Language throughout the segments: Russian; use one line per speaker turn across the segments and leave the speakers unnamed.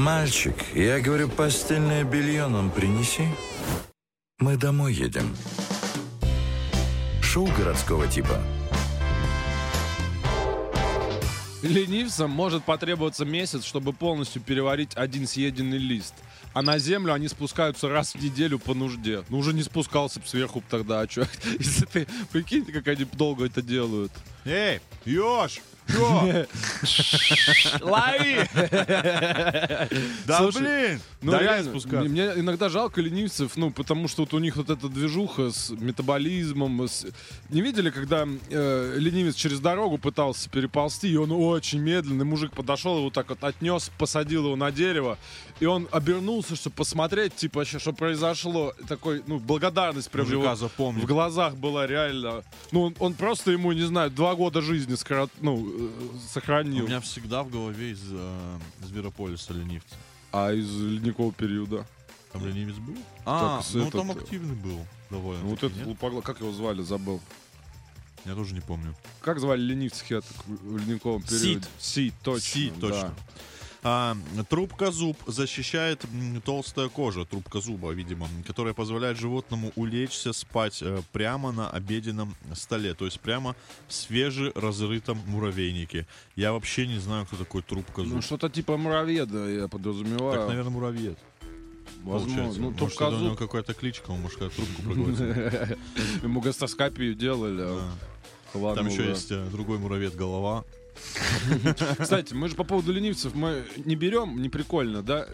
Мальчик, я говорю, постельное белье нам принеси. Мы домой едем. Шоу городского типа.
Ленивцам может потребоваться месяц, чтобы полностью переварить один съеденный лист. А на землю они спускаются раз в неделю по нужде. Ну уже не спускался бы сверху б тогда, а чё? Если ты, прикиньте, как они долго это делают.
Эй, Ёж! Чё?
Лови!
Да
Слушай,
блин!
Ну,
да
реально,
спускаться.
мне иногда жалко ленивцев, ну, потому что вот у них вот эта движуха с метаболизмом. с- Не видели, когда э, ленивец через дорогу пытался переползти, и он очень медленный, мужик подошел, его так вот отнес, посадил его на дерево, и он обернулся, чтобы посмотреть, типа, вообще, что произошло. Такой, ну, благодарность прям
Мужика
его
запомнил.
в глазах была реально. Ну, он, он просто ему, не знаю, два года жизни скорот, ну, э,
У
сохранил.
меня всегда в голове из э, Зверополиса ленивцы.
А из ледникового периода.
Там ленивец был? А,
Так, с
ну
этот-
там активный был довольно.
Ну, вот этот лупоглаз, как его звали, забыл.
Я тоже не помню.
Как звали ленивцев я так в в ледниковом периоде?
Сид.
Сид, точно.
Си,
да.
точно. А, трубка зуб защищает м, толстая кожа, трубка зуба, видимо, которая позволяет животному улечься спать э, прямо на обеденном столе, то есть прямо в свежеразрытом муравейнике. Я вообще не знаю, кто такой трубка зуб.
Ну, что-то типа мураведа, я подразумеваю.
так, наверное, муравьед.
Возможно. Ну,
Может, это у него
трубкозуб.
какая-то кличка, он может когда трубку проглотил.
Ему гастроскопию делали. а
Да.
ладно,
Там еще
да.
есть э, другой муравьед голова.
Кстати, мы же по поводу ленивцев мы не берем, не прикольно, да?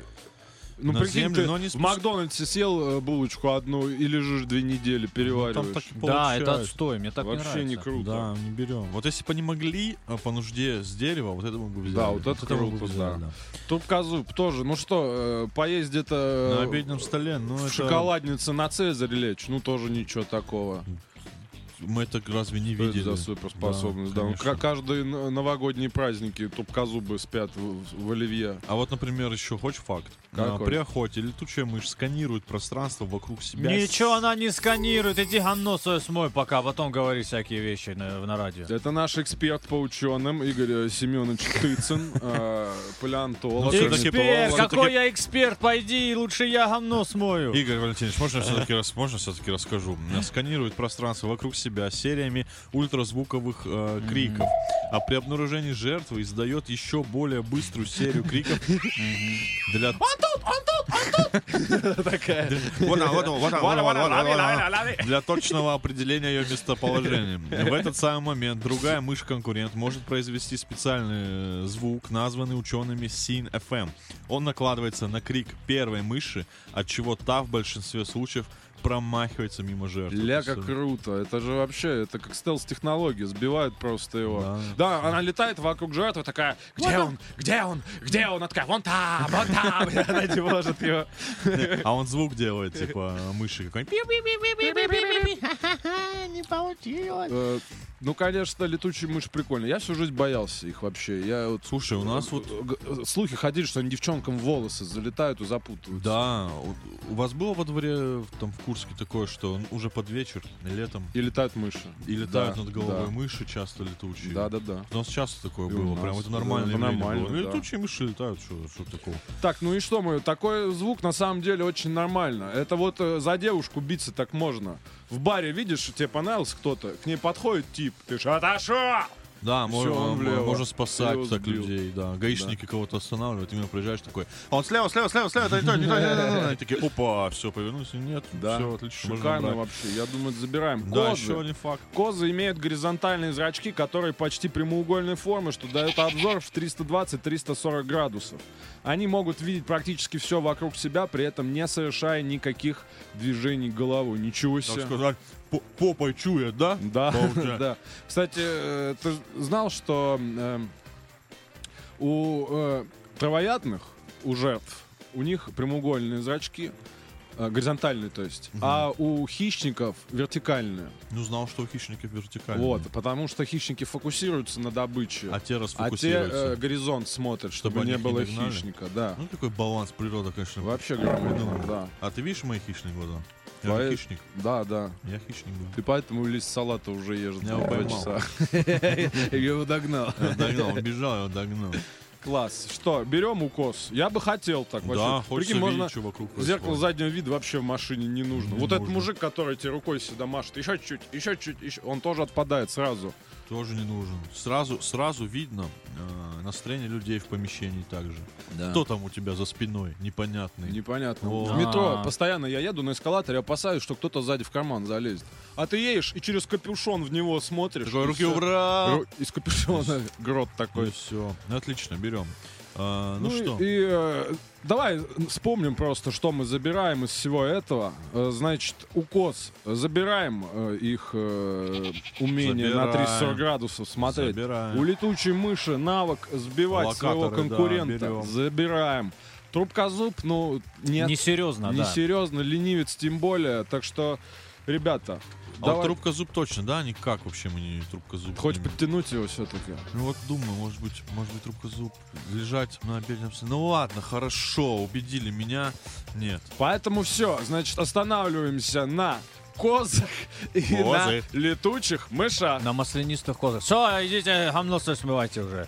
Ну,
На
прикинь,
землю,
ты
но не
в
спуск-
Макдональдсе съел э, булочку одну и лежишь две недели, перевариваешь.
Ну, так и
Да, это
получается.
отстой, мне так не
Вообще не
нравится.
круто.
Да, не берем. Вот если бы они могли а, по нужде с дерева, вот это мы бы взяли.
Да, вот это
мы
круто,
бы взяли,
да. Трубкозуб тоже. Ну что, э, поесть где-то...
На
э,
обеденном столе, ну
в
это...
шоколаднице на Цезарь лечь, ну тоже ничего такого.
Мы это разве не
Что это
видели?
за суперспособность? Да, ну,
конечно.
ка- каждые н- новогодние праздники тупкозубы спят в, в оливье.
А вот, например, еще хочешь факт?
Какой?
А, При охоте летучая мышь сканирует пространство вокруг себя.
Ничего она не сканирует, иди говно свое смой пока, а потом говори всякие вещи на, на радио.
Это наш эксперт по ученым Игорь э, Семенович Тыцин, э, палеонтолог.
Ну, всё-таки
Эксперт,
по-
какой
всё-таки-
я эксперт, пойди, лучше я говно смою.
Игорь Валентинович, можно я все-таки рас... можно все-таки расскажу? Сканирует пространство вокруг себя сериями ультразвуковых э, криков, а при обнаружении жертвы издает еще более быструю серию криков для. Он тут, он тут, он тут. Такая. Вот он, вот он, вот он, вот он, вот он. для точного определения ее местоположения. В этот самый момент другая мышь-конкурент может произвести специальный э, звук, названный учеными Scene FM. Эм. Он накладывается на крик первой мыши, от чего та в большинстве случаев промахивается мимо жертвы.
Ля,
То есть,
как
э,
круто. Это же вообще, это как стелс-технология, сбивают просто его.
Да.
Да, она летает вокруг жертвы, такая, где он, где он, где он? Она такая, вон там, вон там. И Она не может его.
А он звук делает, типа мыши какой-нибудь.
Э, Ну, конечно, летучие мыши прикольные. Я всю жизнь боялся их вообще. Я вот
Слушай, у нас вот...
Г- э, Слухи ходили, что они девчонкам в волосы залетают и запутываются.
Да, вот у вас было во дворе в- там в Курске такое, что ну, уже под вечер, летом,
И летают мыши.
и летают
Да,
над головой
да.
мыши часто летучие.
Да, да, да.
У нас часто такое
И у
было,
нас.
прям это
Да,
нормально.
это нормально, да.
Летучие мыши летают, что, что такого?
Так, ну и что мы? Такой звук на самом деле очень нормально. Это вот э, за девушку биться так можно. В баре, видишь, тебе понравился кто-то, к ней подходит тип, ты ж отошел!
Да,
Всё,
можно,
он влево.
можно спасать
Его
так
сбил.
людей, да. Гаишники кого-то останавливают, именно приезжаешь такой, а он слева, слева, слева, слева, это не то, не то, не то, не то». И такие, опа, все, повернулся, нет,
Да.
все, отлично, можно
Шикарно
брать.
вообще. Я думаю, забираем.
Да,
Козы.
еще один факт.
Козы имеют горизонтальные зрачки, которые почти прямоугольной формы, что дает обзор в 320-340 градусов. Они могут видеть практически все вокруг себя, при этом не совершая никаких движений головой. Ничего
Так
себе.
сказать, по- попой чует, да?
Да,
Балдя.
да. Кстати, э, ты ж знал, что э, у э, травоядных, у жертв, у них прямоугольные зрачки, э, горизонтальные, то есть, а у хищников вертикальные.
Ну, знал, что у хищников вертикально.
Вот, потому что хищники фокусируются на добыче,
А те
а те
расфокусируются.
э, горизонт смотрят, чтобы,
Чтобы
не
они их
было
не догнали.
хищника, да. Ну,
Ну, такой баланс природа, конечно.
Вообще грамотно,
придумала.
да.
А ты видишь мои хищные глаза? Я
Твои-
же хищник.
Да, да.
Я хищник. да.
Ты поэтому лист салата уже ешь
Я
два
его поймал.
часа. Я его догнал.
Я Догнал, убежал, я его догнал.
класс. Что, берем укос? Я бы хотел так
Да,
вообще.
хочется
Прикинь, можно
видеть, что вокруг
зеркало
происходит.
заднего вида вообще в машине не нужно.
Не
вот этот
нужно.
мужик, который тебе рукой всегда машет, еще чуть, еще чуть, еще, он тоже отпадает сразу.
Тоже не нужен. Сразу, сразу видно э, настроение людей в помещении также. Кто там у тебя за спиной? Непонятный.
Непонятно.
О.
В метро
А.
постоянно я еду на эскалаторе, опасаюсь, что кто-то сзади в карман залезет. А ты едешь и через капюшон в него смотришь.
Такой,
и
руки
всё.
убрал.
Ру- Из капюшона грот такой.
Ну все. Отлично, берем. А, ну,
и-
что?
И, э, давай вспомним просто, что мы забираем из всего этого. Э, значит, укос. Забираем э, их э, умение на
Забираем.
340 градусов смотреть.
Забираем.
У летучей мыши навык сбивать своего
Локаторы, да,
конкурента.
берем.
Забираем. Трубкозуб, ну, нет.
Ну
Несерьезно, да.
Несерьезно, ленивец тем более. Так что, ребята,
А вот
давай
трубка зуб точно, да? Никак вообще мы не трубка зуб.
хоть
не-
подтянуть его все-таки.
Ну вот думаю, может быть, может быть, трубка зуб лежать на обеденном столе. Ну ладно, хорошо, убедили меня. Нет.
Поэтому все, значит, останавливаемся на козах и
Козы.
на летучих мышах.
На маслянистых козах. Все, идите, говно все смывайте уже.